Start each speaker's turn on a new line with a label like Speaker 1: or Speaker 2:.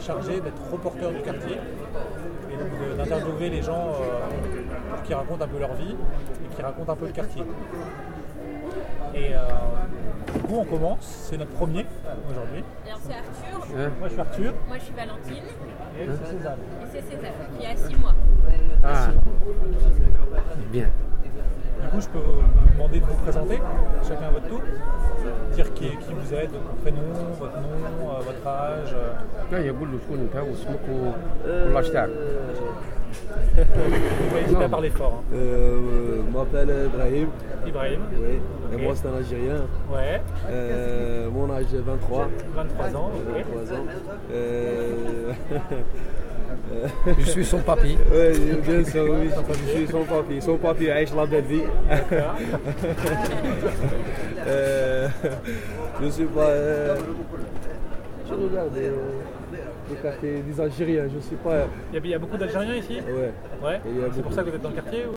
Speaker 1: chargé d'être reporter du quartier et donc de- d'interviewer les gens euh, pour qu'ils racontent un peu leur vie et qui racontent un peu le quartier. Et euh, du coup, on commence, c'est notre premier aujourd'hui.
Speaker 2: Alors c'est Arthur,
Speaker 3: Hein
Speaker 1: Moi, je suis Arthur
Speaker 2: moi je suis Valentine
Speaker 1: et elle, c'est Cézanne.
Speaker 2: et c'est César qui a 6 mois.
Speaker 3: Ah, bien.
Speaker 1: Du coup, je peux vous demander de vous présenter, chacun à votre tour, dire qui, qui vous êtes, votre prénom, votre nom, euh, votre âge. euh.
Speaker 3: لا يقول له شكون انت واسمك و- واللاج تاعك
Speaker 1: Vous pouvez hésiter à
Speaker 3: Non.
Speaker 1: parler fort. hein.
Speaker 4: Euh, je m'appelle Ibrahim,
Speaker 1: Ibrahim,
Speaker 4: oui.
Speaker 1: Ok.
Speaker 4: et moi c'est un Algérien.
Speaker 1: ouais,
Speaker 4: Euh, mon âge est 23,
Speaker 1: 23 ans, ok.
Speaker 4: 23 ans. Euh...
Speaker 3: Je suis son papy.
Speaker 4: ouais, bien sûr, oui, je suis son papy. Son papy aïe la belle vie. euh, je suis pas. euh, Je regarde euh, le quartier des Algériens, je ne suis pas.
Speaker 1: Il y a, il y a beaucoup d'Algériens ici
Speaker 4: Ouais.
Speaker 1: Ouais,
Speaker 4: Il y a
Speaker 1: c'est pour
Speaker 4: beaucoup.
Speaker 1: ça que vous êtes dans le quartier ou